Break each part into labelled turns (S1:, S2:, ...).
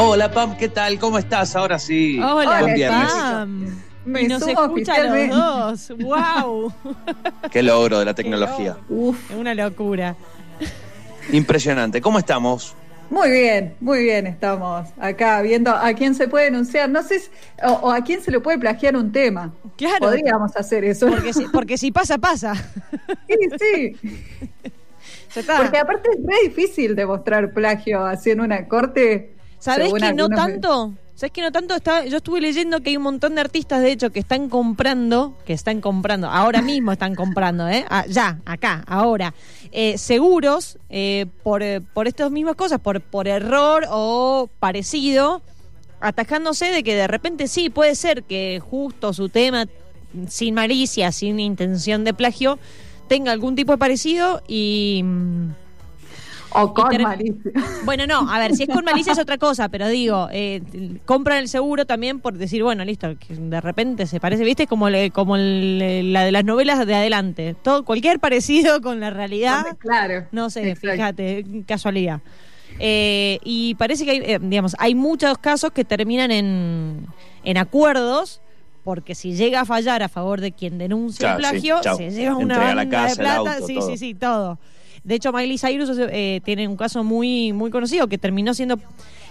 S1: Hola Pam, ¿qué tal? ¿Cómo estás? Ahora sí.
S2: Hola,
S1: Buen viernes.
S2: Pam.
S3: Me
S2: y nos
S3: subo
S2: escucha a
S3: oficialmente.
S2: los dos. ¡Wow!
S1: Qué logro de la tecnología.
S3: Uf.
S2: Es una locura.
S1: Impresionante. ¿Cómo estamos?
S3: Muy bien, muy bien estamos acá viendo a quién se puede denunciar, no sé, si- o, o a quién se le puede plagiar un tema.
S2: Claro.
S3: Podríamos hacer eso.
S2: Porque si, porque si pasa, pasa.
S3: Sí, sí.
S2: Ya está.
S3: Porque aparte es re difícil demostrar plagio así en una corte.
S2: ¿Sabés
S3: según
S2: que no
S3: algunos me-
S2: tanto? ¿Sabés que no tanto? Está, yo estuve leyendo que hay un montón de artistas, de hecho, que están comprando, que están comprando, ahora mismo están comprando, ¿eh? Ah, ya, acá, ahora. eh, seguros eh, por, eh, por estas mismas cosas, por, por error o parecido, atajándose de que de repente sí, puede ser que justo su tema, sin malicia, sin intención de plagio, tenga algún tipo de parecido y... mm,
S3: O con
S2: term-
S3: malicia.
S2: bueno, no, a ver, si es con malicia es otra cosa, pero digo, eh, compran el seguro también por decir, bueno, listo, que de repente se parece, viste, es como, le- como el- la de las novelas de adelante. Todo, cualquier parecido con la realidad,
S3: Claro.
S2: no sé,
S3: Exacto.
S2: fíjate, casualidad. Eh, y parece que hay, eh, digamos, hay muchos casos que terminan en, en acuerdos. Porque si llega a fallar a favor de quien denuncia el
S1: Chao, sí,
S2: plagio,
S1: chao.
S2: se lleva una
S1: Entrega la
S2: banda
S1: casa,
S2: de
S1: el
S2: plata.
S1: auto,
S2: sí,
S1: todo.
S2: sí, sí, todo. De hecho, Miley Cyrus eh, tiene un caso muy, muy conocido que terminó siendo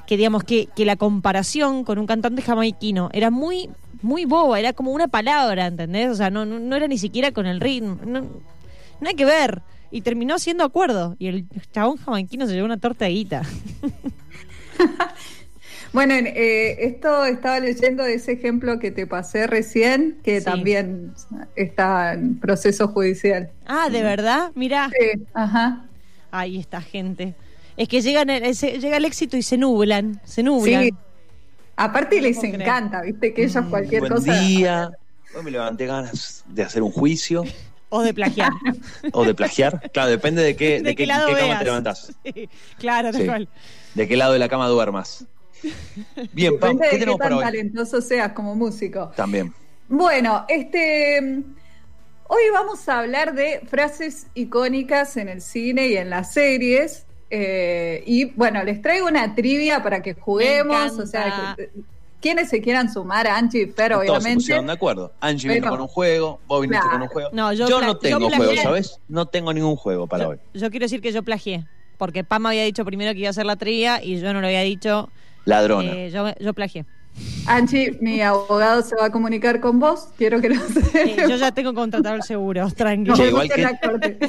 S2: que digamos que, que la comparación con un cantante jamaiquino era muy, muy boba, era como una palabra, ¿entendés? O sea, no, no, no era ni siquiera con el ritmo, no, nada que ver. Y terminó siendo acuerdo. Y el chabón jamaiquino se llevó una torta de guita.
S3: Bueno, en, eh, esto estaba leyendo de ese ejemplo que te pasé recién, que
S2: Sí.
S3: también está en proceso judicial.
S2: Ah, ¿de verdad? Mirá.
S3: Sí, ajá.
S2: Ahí está, gente. Es que llegan el- se- llega el éxito y se nublan, se nublan.
S3: Sí. Aparte
S2: No
S3: les
S2: puedo creer. Mm.
S3: encanta, viste, que ellos cualquier
S1: Buen
S3: cosa.
S1: día. Hoy me levanté ganas de hacer un juicio
S2: O de plagiar.
S1: o de plagiar. Claro, depende de qué, de qué- qué cama
S2: veas.
S1: te levantás.
S2: Sí, claro, tal
S1: Sí.
S2: cual.
S1: De qué lado de la cama duermas. Bien, Pam,
S3: Depende
S1: ¿qué
S3: de qué
S1: tenemos para
S3: tan
S1: hoy?
S3: talentoso seas como músico.
S1: También.
S3: Bueno, este. Hoy vamos a hablar de frases icónicas en el cine y en las series. eh, y bueno, les traigo una trivia para que juguemos. O sea,
S2: encanta.
S3: que- quienes se quieran sumar, Angie y Fer,
S1: Todos se
S3: obviamente.
S1: pusieron de acuerdo. Angie vino
S3: Pero-
S1: con un juego, vos viniste
S3: Claro.
S1: con un juego.
S2: No, yo
S1: yo,
S2: pla-
S1: no
S2: yo
S1: tengo
S2: plagié.
S1: juego, ¿sabes? No tengo ningún juego para
S2: yo,
S1: hoy.
S2: yo quiero decir que yo plagié, porque Pam había dicho primero que iba a hacer la trivia y yo no lo había dicho.
S1: Ladrona.
S2: Eh, yo, yo plagié.
S3: Angie, mi abogado se va a comunicar con vos. Quiero que lo
S2: Eh, yo ya tengo contratado el seguro, tranquilo.
S3: Nos
S1: Che,
S3: vemos
S1: igual
S3: en
S1: que-
S3: la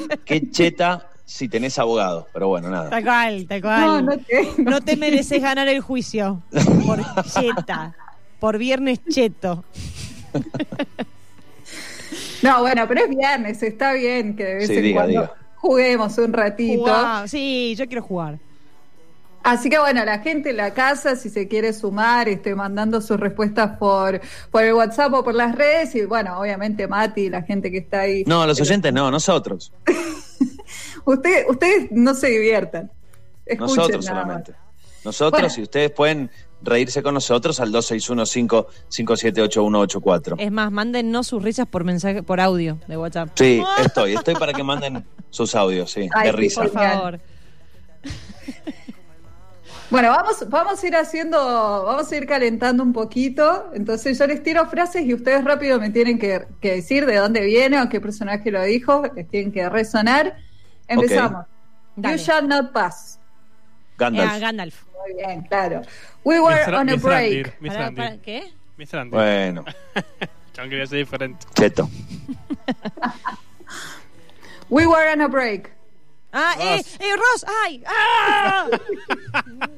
S3: corte.
S1: Qué cheta si tenés abogado. Pero bueno, nada.
S2: Tal cual, tal cual.
S3: No, no tengo.
S2: No te mereces ganar el juicio por cheta, por viernes cheto.
S3: No, bueno, pero es viernes, está bien que de vez
S1: Sí,
S3: en
S1: diga,
S3: cuando
S1: diga.
S3: juguemos un ratito.
S2: Jugá. Sí, yo quiero jugar.
S3: Así que bueno, la gente en la casa, si se quiere sumar, este, mandando sus respuestas por, por el WhatsApp o por las redes, y bueno, obviamente Mati, la gente que está ahí.
S1: No, los oyentes no, nosotros.
S3: Usted- ustedes no se diviertan. Escuchen
S1: Nosotros
S3: nada más.
S1: solamente. Nosotros
S3: Bueno.
S1: y ustedes pueden reírse con nosotros al 261-557-8184.
S2: Es más, mándennos sus risas por mensaje, por audio de WhatsApp.
S1: Sí, estoy, estoy para que manden sus audios, sí,
S3: Ay,
S1: de
S3: sí,
S1: risa.
S2: Por
S3: Genial.
S2: favor.
S3: Bueno, vamos, vamos a ir haciendo, vamos a ir calentando un poquito. Entonces yo les tiro frases y ustedes rápido me tienen que, que decir de dónde viene o qué personaje lo dijo. Les tienen que resonar. Empezamos.
S2: Dale.
S3: You shall not pass.
S1: Gandalf.
S2: Ah, Gandalf.
S3: Muy bien, claro. We were
S4: Mr.
S3: on a
S4: Mr.
S3: break.
S4: Andy, Mr.
S2: Pará,
S4: Andy,
S2: pará, ¿Qué?
S4: Mr. Andy.
S1: Bueno,
S4: Chabón quería ser diferente.
S1: cheto.
S3: We were on a break.
S2: Ah, eh,
S4: Ross.
S2: eh, Ross, ay. ¡Ah!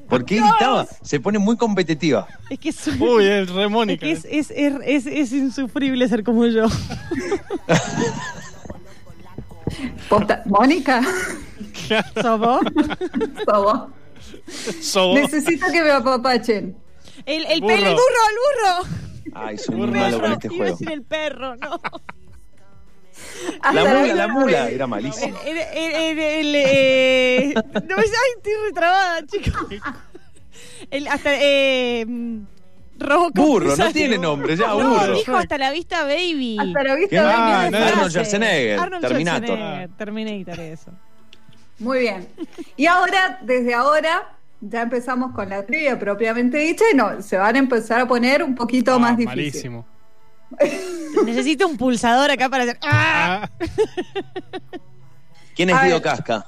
S1: ¿Por qué gritaba? Se pone muy competitiva.
S2: Es que soy-
S4: Uy, es re
S2: Es,
S4: Mónica.
S2: que es, es, es, es- es insufrible ser como yo.
S3: Posta- Mónica,
S2: ¿Sos vos?
S3: sos vos.
S1: Oh.
S4: Sobo.
S3: necesito que me apapachen.
S2: El, el,
S4: Burro.
S2: perro, el burro,
S1: Ay, soy muy
S4: Burro.
S1: malo con
S2: el burro.
S1: este
S2: Iba a
S1: juego.
S2: decir el perro, no.
S3: Hasta
S1: La mula,
S3: vida
S1: la
S3: no
S1: mula.
S3: me-
S1: Era
S2: El,
S1: malísimo.
S2: el, el- el, eh, no me ay, estoy retrabada, chicos. El, hasta eh, mm, rojo con
S1: Burro, no
S2: pisaje.
S1: tiene nombre, ya,
S2: No,
S1: burro.
S2: dijo hasta la vista, baby.
S3: Hasta la
S1: ¿Qué más?
S3: vista. venía
S4: no,
S3: de-
S4: no,
S1: Arnold Schwarzenegger,
S2: Arnold
S1: Terminator.
S2: Schwarzenegger, Terminator, eso.
S3: Muy bien. Y ahora, desde ahora, ya empezamos con la trivia propiamente dicha y no, se van a empezar a poner un
S1: Ah,
S3: poquito más difícil.
S4: Ah, Malísimo.
S2: Necesito un pulsador acá para hacer. ¡Ah!
S4: Ah,
S1: ¿Quién es
S3: A
S1: Guido
S3: ver.
S1: Casca?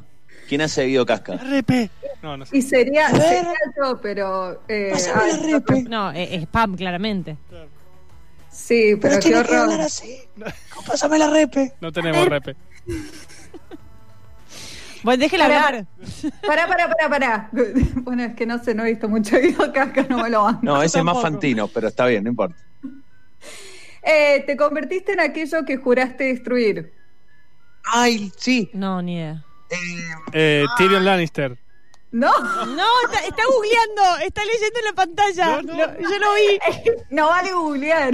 S1: ¿Quién hace Guido Casca?
S4: RP. No, no sé.
S3: Y sería, sería yo, pero. eh, ay,
S2: No, eh, es spam, claramente.
S3: Sí, pero, qué horror.
S4: No
S3: eh.
S4: tenemos RP.
S2: Bueno, déjela
S3: Pará,
S2: hablar.
S3: Pará, pará, pará, pará. Bueno, es que no sé, no he visto mucho Guido Casca, no me lo banco.
S1: No, ese es más
S4: tampoco.
S1: Fantino, pero está bien, no importa.
S3: Eh, te convertiste en aquello que juraste destruir.
S1: Ay, sí.
S2: No, ni idea.
S4: Eh, Tyrion Lannister.
S3: No,
S2: No, está, está googleando, está leyendo en la pantalla.
S4: No, no.
S2: Lo- yo lo vi.
S3: no vale googlear.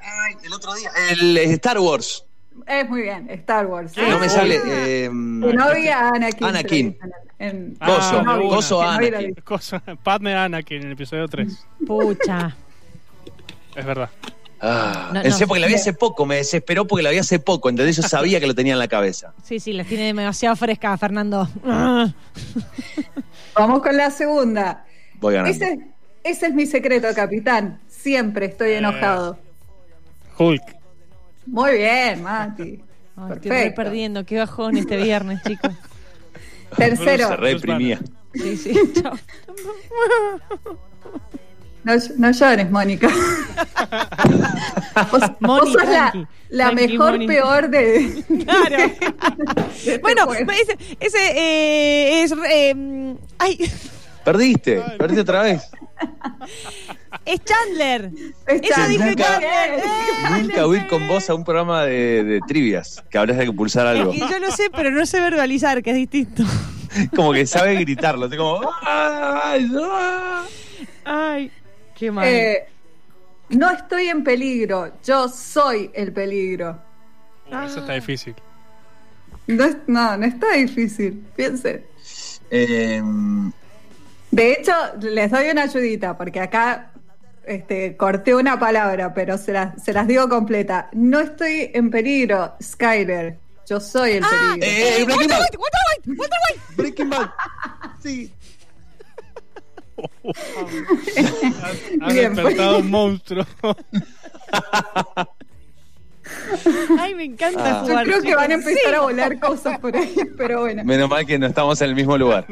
S1: Ay, el otro día. El eh, Star Wars.
S3: Es muy bien, Star Wars. ¿sí?
S1: No me
S4: Ah.
S1: sale. eh,
S3: Que no había Anakin.
S1: Anakin.
S3: En-
S4: Ah,
S1: Gozo,
S4: no, no,
S1: Gozo
S3: no, no, no,
S1: Anakin.
S4: Cosa, Padme Anakin en el episodio 3.
S2: Pucha.
S4: Es verdad.
S1: Ah,
S2: No,
S1: en
S2: no.
S1: sé porque la vi hace poco, me desesperó porque la vi hace poco, entonces yo sabía que lo tenía en la cabeza.
S2: Sí, sí, las tiene demasiado fresca, Fernando. Ah.
S3: Vamos con la segunda.
S1: Voy ganando.
S3: Ese, ese es mi secreto, capitán. Siempre estoy
S1: Eh.
S3: enojado.
S4: Hulk.
S3: Muy bien, Mati.
S2: Ay, estoy re
S3: Perfecto.
S2: perdiendo, qué bajón este viernes, chicos.
S3: Tercero.
S1: Se reprimía.
S2: Sí, sí, chao.
S3: No, ll- no llores, Mónica. vos,
S2: Moni,
S3: vos sos la,
S2: tranqui,
S3: la
S2: tranqui,
S3: mejor
S2: Moni.
S3: peor de.
S2: Claro.
S3: de
S2: Bueno,
S3: este juego.
S2: ese, ese eh, es. eh, ay,
S1: Perdiste, perdiste otra vez.
S2: es Chandler.
S3: Es
S2: Eso
S3: Chandler.
S2: dije
S1: Nunca-
S2: Chandler.
S1: Nunca voy a ir con vos a un programa de, de trivias, que habrás de pulsar
S2: Es
S1: algo.
S2: que yo lo sé, pero no sé verbalizar, que es distinto.
S1: Como que sabe gritarlo. estoy como. "Ay, ah".
S2: Ay, qué mal.
S3: Eh, no estoy en peligro, yo soy el peligro.
S4: Uh,
S3: Ah.
S4: Eso está difícil.
S3: No, es- no, no está difícil, piensen.
S1: Eh,
S3: De hecho, les doy una ayudita, porque acá este, corté una palabra, pero se, las- se las digo completa. No estoy en peligro, Skyler. Yo soy
S2: Ah,
S3: el peligro.
S1: eh, Breaking
S2: Walter
S1: Bad.
S2: White, Walter White, Walter White.
S1: Breaking Bad. Sí.
S4: Ha
S3: Bien, pues.
S4: despertado un monstruo.
S2: Ay, me encanta
S1: Ah.
S3: Yo
S2: jugar.
S3: creo que
S2: chicos.
S3: van a empezar
S2: Sí,
S3: a volar cosas por ahí, pero bueno.
S1: Menos mal que no estamos en el mismo lugar.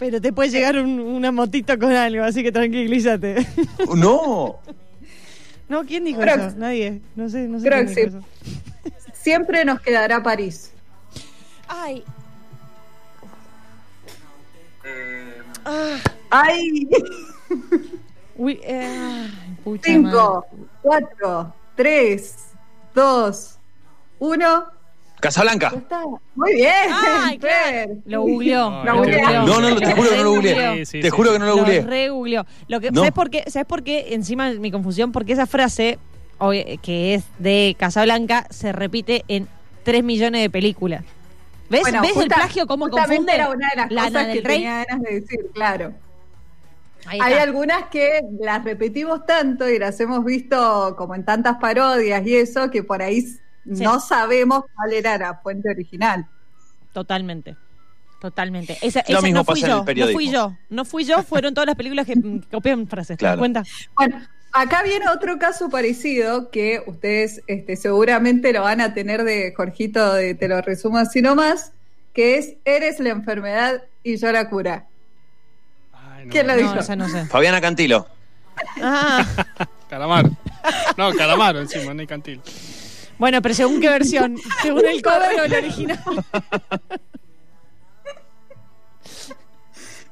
S2: Pero te puede llegar un- una motito con algo, así que tranquilízate.
S1: No.
S2: No, ¿quién dijo
S3: Creo
S2: eso?
S3: que-
S2: Nadie. No sé, no sé.
S3: creo
S2: quién
S3: que
S2: dijo
S3: sí.
S2: eso.
S3: Siempre nos quedará París.
S2: Ay,
S3: ¡Ay!
S2: uy, eh, ay, pucha
S3: Cinco, cuatro, tres, dos, uno.
S1: Casablanca.
S3: Ya está. Muy bien.
S2: Ay,
S3: Fer.
S2: madre. Lo googleó. lo
S4: No,
S3: no,
S2: googleó.
S1: No, no, no, te juro que no lo
S4: Sí,
S1: googleé.
S4: sí,
S1: Te
S4: sí,
S1: juro
S4: sí.
S1: que no lo
S2: Lo
S1: googleé.
S2: re googleó. Lo que,
S1: No.
S2: ¿sabes, por qué? ¿Sabes por qué? Encima mi confusión, porque esa frase, obvia- que es de Casablanca, se repite en 3 millones de películas. ¿Ves,
S3: Bueno,
S2: ¿ves el
S3: justa-
S2: plagio cómo
S3: justamente
S2: confunde?
S3: era una de las
S2: Lana
S3: cosas que
S2: del Rey?
S3: tenía ganas de decir, claro.
S2: Ahí
S3: Hay
S2: está.
S3: algunas que las repetimos tanto y las hemos visto como en tantas parodias y eso, que por ahí s-
S2: Sí.
S3: no sabemos cuál era la fuente original.
S2: Totalmente. Totalmente. Esa,
S1: Lo
S2: esa
S1: mismo
S2: no fui
S1: pasa en el
S2: yo, no
S1: periodismo.
S2: fui yo. No fui yo, fueron todas las películas que mm, que copian frases. ¿Te das
S1: Claro.
S2: cuenta?
S3: Bueno, acá viene otro caso parecido que ustedes este, seguramente lo van a tener de Jorgito, de, te lo resumo así nomás, que es Eres la enfermedad y yo la cura.
S4: Ay, no.
S3: ¿Quién lo dijo?
S2: No, esa no sé.
S1: Fabiana Cantilo.
S2: Ah,
S4: Calamar. No, calamar encima, no hay cantil.
S2: bueno, pero según qué versión. Según el cover o el original.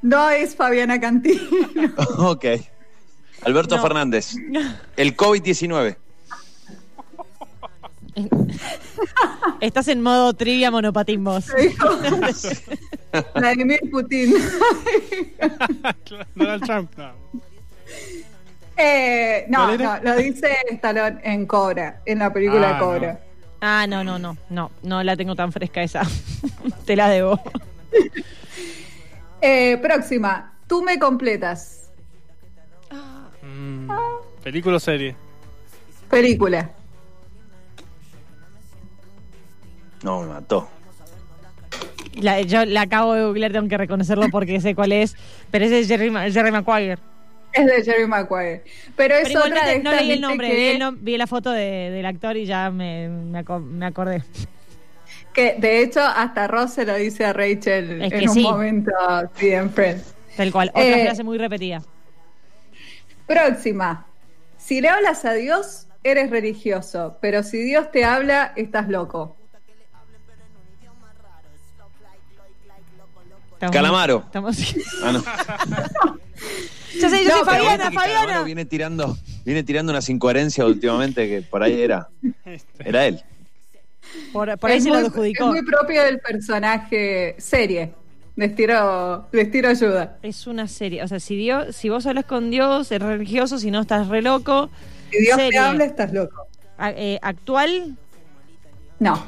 S3: No es Fabiana Cantino.
S1: Ok. Alberto
S2: No.
S1: Fernández. El COVID-19.
S2: Estás en modo trivia monopatín vos.
S3: Vladimir Putin.
S4: Donald Trump. No.
S3: Eh, no,
S4: ¿Cuál
S3: no,
S4: era?
S3: lo dice Stallone en Cobra, en la película
S4: Ah,
S3: Cobra.
S4: no.
S2: Ah, no, no, no, no, no la tengo tan fresca esa. Te la debo.
S3: Eh, próxima, tú me completas.
S4: Mm,
S3: Ah.
S4: Película o serie.
S3: Película.
S1: No, me mató.
S2: La- yo la acabo de googlear, tengo que reconocerlo porque sé cuál es. Pero ese es Jerry, Ma- Jerry Maguire.
S3: Es de Jerry Maguire. Pero es
S2: Pero
S3: otra de
S2: igualmente no
S3: estas,
S2: leí el
S3: viste,
S2: nombre, eh,
S3: que-
S2: vi, el nom- vi la foto de- del actor y ya me, me, aco- me acordé.
S3: Que de hecho hasta Ross se lo dice a Rachel
S2: Es que
S3: en un
S2: sí.
S3: momento sí, en Friends.
S2: Tal cual. Otra
S3: Eh,
S2: frase muy repetida.
S3: Próxima. Si le hablas a Dios, eres religioso, pero si Dios te habla, estás loco.
S2: Estamos-
S1: Calamaro.
S2: Estamos...
S1: Ah, no.
S2: Yo sé, yo
S3: No,
S2: soy
S3: pero
S1: Viste
S2: Fabiana,
S1: que Calamaro
S2: Fabiana.
S1: viene tirando, viene tirando unas incoherencias últimamente que por ahí era.
S2: Este.
S1: Era él.
S2: Por, por ahí
S3: es
S2: se
S3: muy,
S2: lo adjudicó.
S3: Es muy propio del personaje serie. Les tiro, les tiro ayuda.
S2: Es una serie. O sea, si, Dios, si vos hablas con Dios, es religioso, si no estás re loco.
S3: Si Dios te
S2: Serie.
S3: habla, estás loco.
S2: A- eh, actual,
S3: No.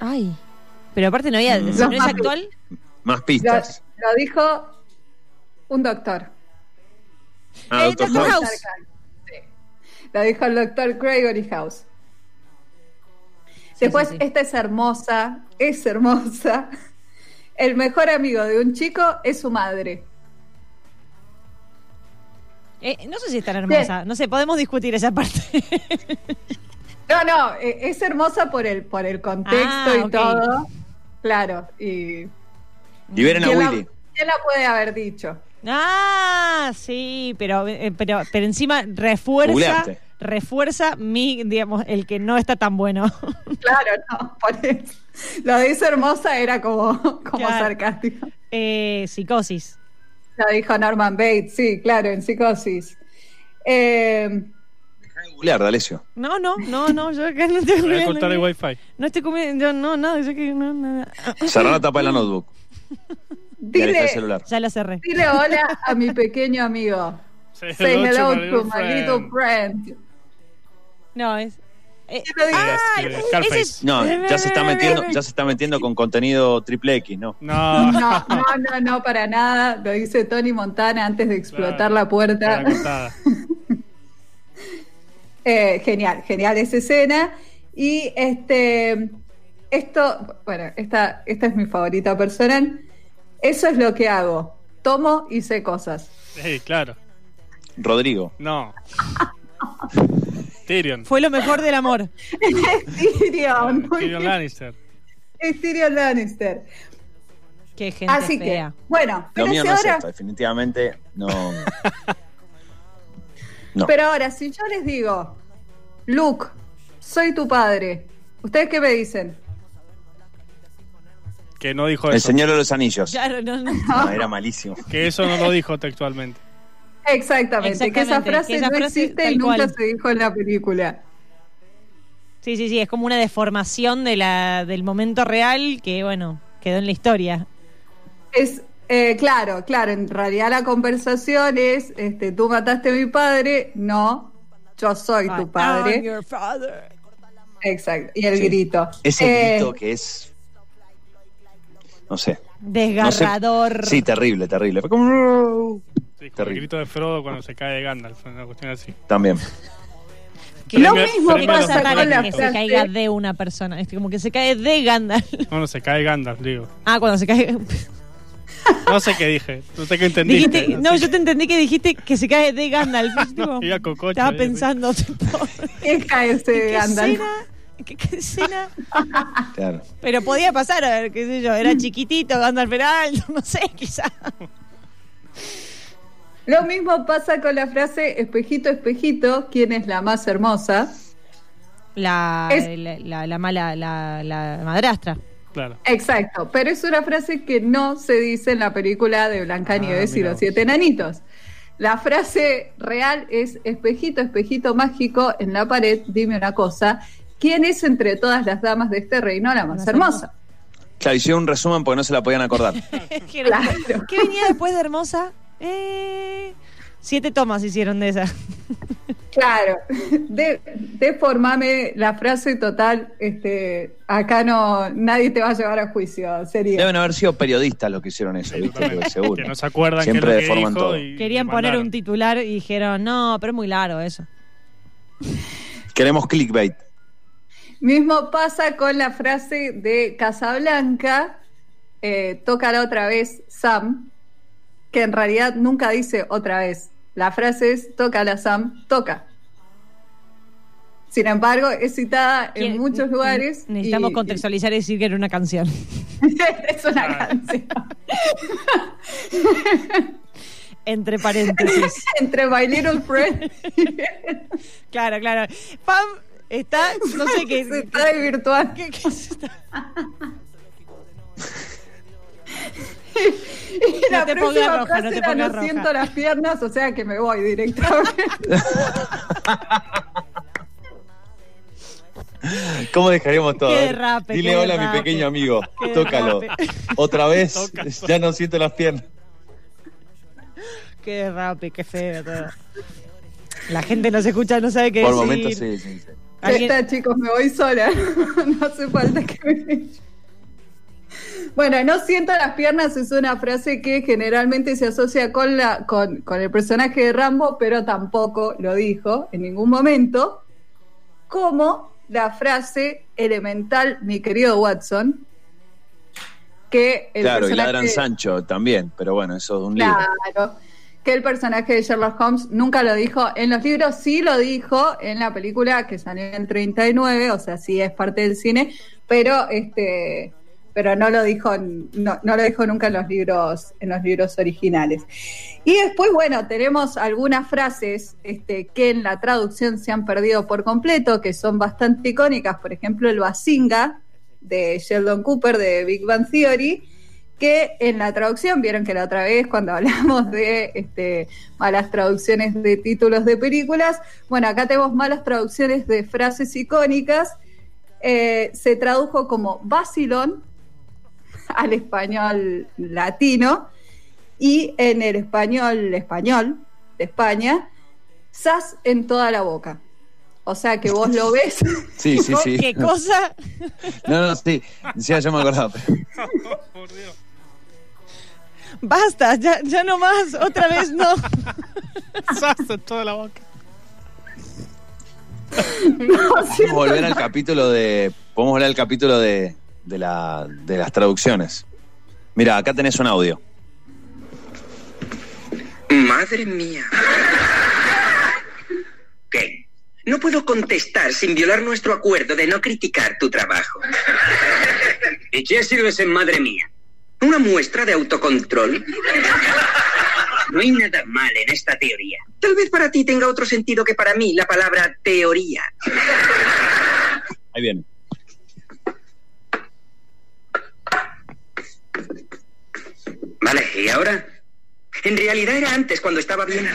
S2: ay. Pero aparte no había,
S1: Mm.
S2: si no es
S3: Los
S2: actual,
S1: Más
S3: Lo,
S1: pistas.
S3: lo dijo un doctor.
S1: Ah,
S2: Eh,
S1: Doctor
S2: Doctor
S1: House.
S2: House.
S3: Sí. Lo dijo el doctor Gregory House. Después,
S2: sí, sí.
S3: esta es hermosa, es hermosa. El mejor amigo de un chico es su madre.
S2: eh, no sé si es tan hermosa, no sé, podemos discutir esa parte.
S3: No, no, eh, es hermosa por el, por el contexto
S2: Ah,
S3: y
S2: ok.
S3: todo. Claro, y.
S1: Liberen a
S3: ¿quién la,
S1: Willy.
S3: quién la puede haber dicho?
S2: ah, sí, pero, eh, pero, pero encima refuerza,
S1: Googleaste.
S2: refuerza mi, digamos, el que no está tan bueno.
S3: Claro, no, por eso. Lo dice hermosa era como, como
S2: Claro.
S3: sarcástico.
S2: Eh, psicosis.
S3: Lo dijo Norman Bates, sí, claro, en psicosis. Eh,
S1: Dejá de googlear, D'Alessio.
S2: No, no, no, no, yo acá no estoy
S4: Voy a
S2: comiendo.
S4: cortar el wifi.
S2: No estoy comiendo, yo no, nada, yo que no, nada.
S1: Cerrá la tapa de la notebook. Y alejá el
S3: dile,
S1: celular.
S2: Ya lo cerré.
S3: Dile hola a mi pequeño amigo.
S4: Say
S3: Say hello to
S4: my little
S3: my
S4: friend.
S3: little friend.
S2: No, es. eh,
S3: ¿Qué te digo?
S2: ah,
S4: Este,
S2: ese
S4: Scarface.
S2: es-
S1: No, ya se está metiendo, ya se está metiendo con contenido triple X, ¿no?
S4: No,
S3: No, no, no, no, para nada. Lo dice Tony Montana antes de explotar
S4: Claro,
S3: la puerta.
S4: cara cortada.
S3: Eh, genial, genial esa escena. Y este, esto, bueno, esta, esta es mi favorita personal. Eso es lo que hago. Tomo y sé cosas.
S4: Sí, claro.
S1: Rodrigo.
S4: No. Tyrion.
S2: Fue lo mejor del amor.
S3: Tyrion, Ah, muy
S4: Tyrion
S3: bien.
S4: Lannister.
S3: Es Tyrion Lannister.
S2: Qué gente
S3: Así que,
S2: fea.
S3: bueno,
S1: Lo
S3: pero
S1: mío
S3: si
S1: no es
S3: ahora
S1: esto, definitivamente no. No.
S3: Pero ahora, si yo les digo, Luke, soy tu padre, ¿ustedes qué me dicen?
S4: Que no dijo
S1: El
S4: eso.
S1: Señor de los Anillos.
S2: Claro, no, no.
S1: No, era malísimo.
S4: Que eso no lo dijo textualmente.
S3: Exactamente, que esa
S2: Exactamente,
S3: frase
S2: que esa
S3: no
S2: frase
S3: existe
S2: tal
S3: y nunca
S2: cual.
S3: se dijo en la película.
S2: Sí, sí, sí, es como una deformación de la, del momento real que, bueno, quedó en la historia.
S3: Es eh, claro, claro, en realidad la conversación es, este, tú mataste a mi padre, no, yo soy tu
S2: I'm
S3: padre.
S2: your father.
S3: Exacto, y el
S1: Sí.
S3: grito.
S1: Ese
S3: Eh,
S1: grito que es. No sé.
S2: Desgarrador.
S1: Sí, terrible, terrible. Fue como-
S4: Sí, como el
S1: Terrible.
S4: grito de Frodo cuando se cae de Gandalf. Una cuestión así.
S1: También.
S2: Que
S4: Lo
S2: no
S4: mismo
S2: tiene
S4: pasa
S2: cosas
S4: con
S2: raras
S4: la
S2: que se
S3: frase.
S2: caiga de una persona. Es como que se cae de Gandalf.
S4: No, no se cae Gandalf, digo.
S2: Ah, cuando se cae.
S4: No sé qué dije. No sé qué entendiste.
S2: Dijiste, no, yo te entendí que dijiste que se cae de Gandalf. Tipo,
S4: Iba cococha,
S2: estaba
S4: eh.
S2: pensando, tipo,
S3: ¿Qué KFC de
S2: ¿qué
S3: Gandalf?
S2: escena? ¿Qué, qué escena?
S1: Claro.
S2: Pero podía pasar, a ver, qué sé yo, era chiquitito, Gandalf era alto, no sé, quizás.
S3: Lo mismo pasa con la frase espejito, espejito, ¿quién es la más hermosa?
S2: La,
S3: Es-
S2: la, la- la mala, la, la madrastra.
S4: Claro.
S3: Exacto, pero es una frase que no se dice en la película de Blancanieves
S4: Ah,
S3: y
S4: mira
S3: los
S4: vos.
S3: siete enanitos. La frase real es espejito, espejito mágico en la pared, dime una cosa, ¿quién es entre todas las damas de este reino la más
S2: Más
S3: hermosa?
S1: Claro, hicieron un resumen porque no se la podían acordar.
S2: ¿Qué,
S3: Claro.
S2: qué venía después de Hermosa? Eh, siete tomas hicieron de esa.
S3: Claro, de, deformame la frase total, este, acá no nadie te va a llevar a juicio, sería.
S1: Deben haber sido periodistas los que hicieron eso, ¿viste? Porque seguro.
S4: Que no se acuerdan qué es
S1: Siempre
S4: lo que
S1: deforman
S4: dijo
S1: todo.
S4: y
S2: Querían
S4: le
S2: poner
S4: mandaron.
S2: un titular y dijeron, no, pero es muy largo eso.
S1: Queremos clickbait.
S3: Mismo pasa con la frase de Casablanca, eh, tócala otra vez, Sam, que en realidad nunca dice otra vez. La frase es, tócala, Sam, toca. Sin embargo, es citada en
S2: ¿Quién-
S3: muchos lugares. y-
S2: Necesitamos
S3: y-
S2: contextualizar y decir que era una canción.
S3: es una canción.
S2: Entre paréntesis.
S3: Entre My Little Friend
S2: claro, claro. Pam está, no sé qué.
S3: se está desvirtuando.
S2: qué- qué se está-
S3: Y la
S2: te pongas
S3: próxima
S2: roja,
S3: frase
S2: no te
S3: era,
S2: pongas
S3: "No
S2: roja".
S3: siento las piernas, o sea que me voy directamente.
S1: ¿Cómo dejaríamos todo?
S2: Qué
S1: A ver,
S2: derrape,
S1: Dile
S2: qué
S1: hola a mi
S2: derrape.
S1: pequeño amigo.
S2: Qué
S1: Tócalo.
S2: derrape.
S1: Otra vez,
S4: Toca.
S1: ya no siento las piernas.
S2: Qué derrape, qué feo todo. La gente nos escucha, no sabe qué
S1: Por
S2: decir.
S1: momentos sí, sí, sí.
S3: Ya
S2: Alguien-
S3: está, chicos, me voy sola. no hace falta que me. Bueno, no siento las piernas es una frase que generalmente se asocia con, la, con, con el personaje de Rambo, pero tampoco lo dijo en ningún momento. Como la frase elemental, mi querido Watson, que el
S1: Claro, y
S3: personaje-
S1: ladran Sancho también, pero bueno, eso es un libro.
S3: Claro. Que el personaje de Sherlock Holmes nunca lo dijo en los libros, sí lo dijo en la película que salió en 39, o sea, sí es parte del cine, pero este pero no lo dijo en- no, no lo dijo nunca en los libros en los libros originales. Y después bueno, tenemos algunas frases este, que en la traducción se han perdido por completo, que son bastante icónicas, por ejemplo, el bazinga de Sheldon Cooper de Big Bang Theory, que en la traducción, vieron que la otra vez cuando hablamos de este, malas traducciones de títulos de películas, bueno, acá tenemos malas traducciones de frases icónicas, eh, se tradujo como vacilón al español latino y en el español español de España, sas en toda la boca. O sea que vos lo ves
S1: Sí, sí, sí.
S2: ¿Qué cosa?
S1: No, no, sí. Ya, yo me acordaba.
S4: Por Dios.
S2: Basta, ya, ya no más, otra vez no.
S4: Sas en toda la boca.
S1: Podemos volver al capítulo de. Podemos volver al capítulo de, de, la, de las traducciones. Mira, acá tenés un audio.
S5: Madre mía. ¿Qué? No puedo contestar sin violar nuestro acuerdo de no criticar tu trabajo. ¿Y qué sirves en madre mía? Una muestra de autocontrol. No hay nada mal en esta teoría. Tal vez para ti tenga otro sentido que para mí la palabra teoría.
S1: Ahí viene.
S5: Vale, ¿y ahora? En realidad era antes cuando estaba bien.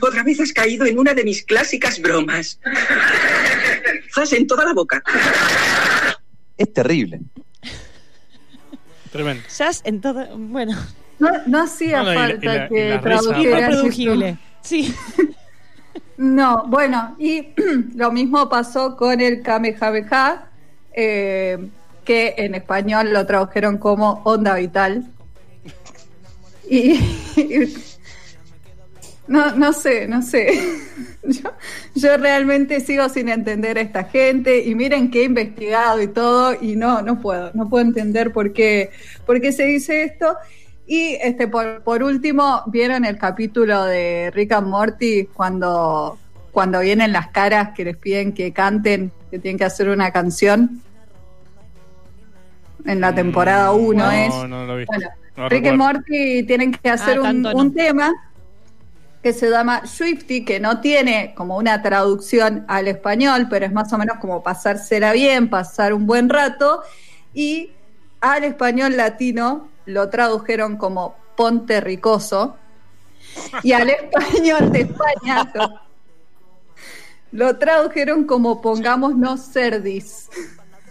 S5: Otra vez has caído en una de mis clásicas bromas. Zas en toda la boca.
S1: Es terrible.
S4: Tremendo.
S2: Jazz en todo. Bueno,
S3: No, no hacía
S4: No, y la- y
S3: falta
S4: la- y
S3: que
S4: la risa.
S3: tradujeras
S2: improducible. Sí.
S3: No, bueno, y lo mismo pasó con el Kamehameha, eh, que en español lo tradujeron como onda vital. Y. y- no, no sé, no sé. Yo, yo realmente sigo sin entender a esta gente y miren que he investigado y todo y no, no puedo, no puedo entender por qué, por qué se dice esto. Y este por, por último, ¿vieron el capítulo de Rick and Morty cuando, cuando vienen las caras que les piden que canten, que tienen que hacer una canción? En la temporada 1
S4: Mm, no,
S3: es.
S4: No, no lo vi.
S3: Bueno,
S4: No
S3: Rick y
S4: recuerdo.
S3: Morty tienen que hacer
S2: Ah,
S3: un,
S2: tanto no.
S3: un tema que se llama Swifty, que no tiene como una traducción al español, pero es más o menos como pasársela bien, pasar un buen rato. Y al español latino lo tradujeron como ponte ricoso. Y al español de España lo, lo tradujeron como pongámonos cerdis.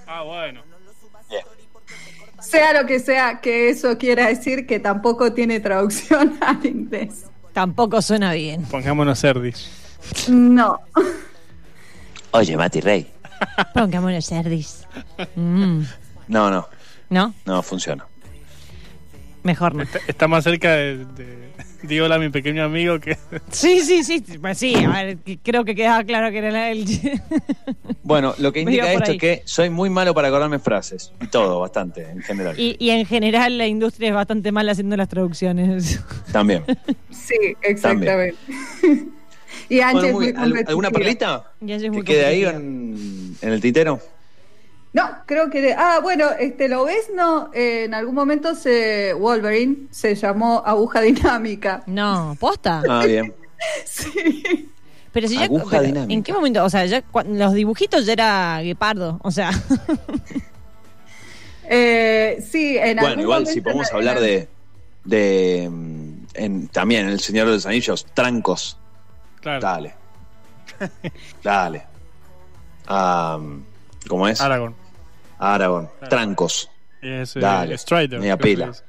S4: Ah, bueno.
S3: Sea lo que sea que eso quiera decir, que tampoco tiene traducción al inglés.
S2: Tampoco suena bien.
S4: Pongámonos cerdis.
S3: No.
S5: Oye, Mati Rey.
S2: Pongámonos cerdis. Mm,
S1: No, no,
S2: ¿No?
S1: no funciona.
S2: Mejor no.
S4: Está, está más cerca de, de- di hola a mi pequeño amigo que.
S2: Sí, sí, sí. Pues sí, a ver, que- creo que quedaba claro que era la del.
S1: Bueno, lo que
S2: Me iba
S1: indica
S2: por
S1: esto
S2: ahí.
S1: es que soy muy malo para acordarme frases. Y todo, bastante, en general.
S2: y, y en general la industria es bastante mala haciendo las traducciones.
S1: También.
S3: Sí, exactamente. y Anche
S1: Bueno,
S3: es
S1: muy-
S3: muy
S1: ¿al- ¿Alguna perlita?
S3: competitiva.
S2: Y ella es
S1: Que
S2: muy
S1: quede ahí
S2: competitiva.
S1: en, en el tintero.
S3: No, creo que. Ah, bueno, este, ¿lo ves? No, eh, en algún momento se, Wolverine se llamó aguja dinámica.
S2: No, posta.
S1: Ah, bien.
S3: Sí.
S2: Pero si ya.
S1: Aguja
S2: pero,
S1: dinámica.
S2: ¿En qué momento? O sea, ya cua- los dibujitos ya era guepardo. O sea.
S3: Eh, sí, en
S1: Bueno,
S3: algún
S1: igual
S3: momento
S1: si podemos
S3: en-
S1: hablar de. de mm, en- también, El Señor de los Anillos, trancos.
S4: Claro.
S1: Dale. Dale. Ah, ¿Cómo es?
S4: Aragorn.
S1: Aragorn. Trancos.
S4: Es, eh,
S1: Dale.
S4: Strider.
S1: Media
S4: creo que
S1: pila.
S4: es.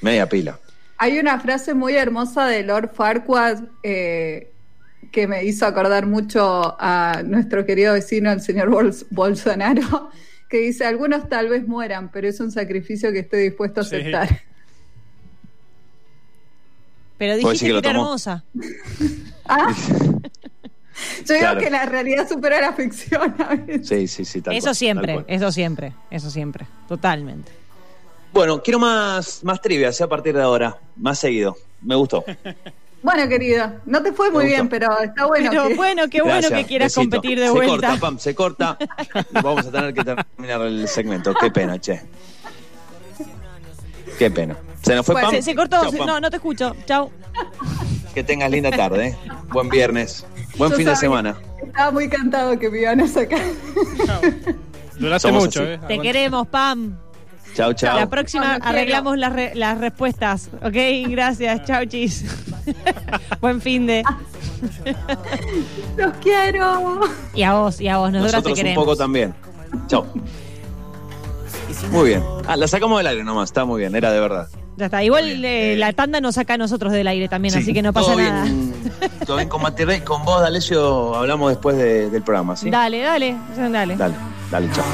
S1: Media pila.
S3: Hay una frase muy hermosa de Lord Farquaad eh, que me hizo acordar mucho a nuestro querido vecino, el señor Bols- Bolsonaro, que dice: Algunos tal vez mueran, pero es un sacrificio que estoy dispuesto a
S4: Sí.
S3: aceptar.
S2: Pero
S1: Vos decís
S2: dijiste
S1: que
S2: que,
S1: lo
S2: era
S1: tomó.
S2: hermosa.
S3: Ah. Yo
S1: Claro.
S3: digo que la realidad supera la ficción a veces.
S1: Sí, sí, sí. tal
S2: Eso
S1: cual,
S2: siempre,
S1: tal cual.
S2: eso siempre, eso siempre. Totalmente.
S1: Bueno, quiero más, más trivias ¿eh? a partir de ahora, más seguido. Me gustó.
S3: Bueno, querido, no te fue muy
S1: Me
S3: bien,
S1: gustó.
S3: pero está bueno.
S2: Pero
S3: que-
S2: bueno, qué bueno
S1: Gracias,
S2: que quieras
S1: besito.
S2: competir de
S1: Se
S2: vuelta.
S1: corta, Pam, se corta. Vamos a tener que terminar el segmento. Qué pena, che. Qué pena. Se nos fue
S3: Bueno,
S1: Pam.
S2: se, se cortó,
S1: Chau,
S2: se-
S1: Pam. Ah,
S2: no, no te escucho. Chau.
S1: Que tengas linda tarde. ¿eh? Buen viernes. Buen
S3: Yo
S1: fin de
S3: sabía.
S1: semana.
S3: Estaba muy cantado que me iban a sacar.
S4: Duraste
S1: Somos
S4: mucho,
S1: así.
S4: ¿eh?
S2: Te
S4: Aguanta.
S2: queremos, Pam.
S1: Chau, chau.
S2: La próxima
S3: No, no
S2: arreglamos las, re- las respuestas, ¿ok? Gracias, chau, chis. Buen fin de.
S3: Los quiero.
S2: Y a vos, y a vos, nosotros,
S1: Nosotros
S2: te
S1: un
S2: queremos.
S1: poco también. Chau. Muy bien. Ah, la sacamos del aire nomás. Está muy bien, era de verdad.
S2: Ya está. Igual
S1: Muy bien,
S2: eh,
S1: eh.
S2: la tanda nos saca a nosotros del aire también, así que no pasa
S1: Todo
S2: nada.
S1: bien. Todo bien con Mati Rey. Con vos, D'Alessio, hablamos después de- del programa, ¿sí?
S2: Dale, dale, dale.
S1: Dale, dale, chao.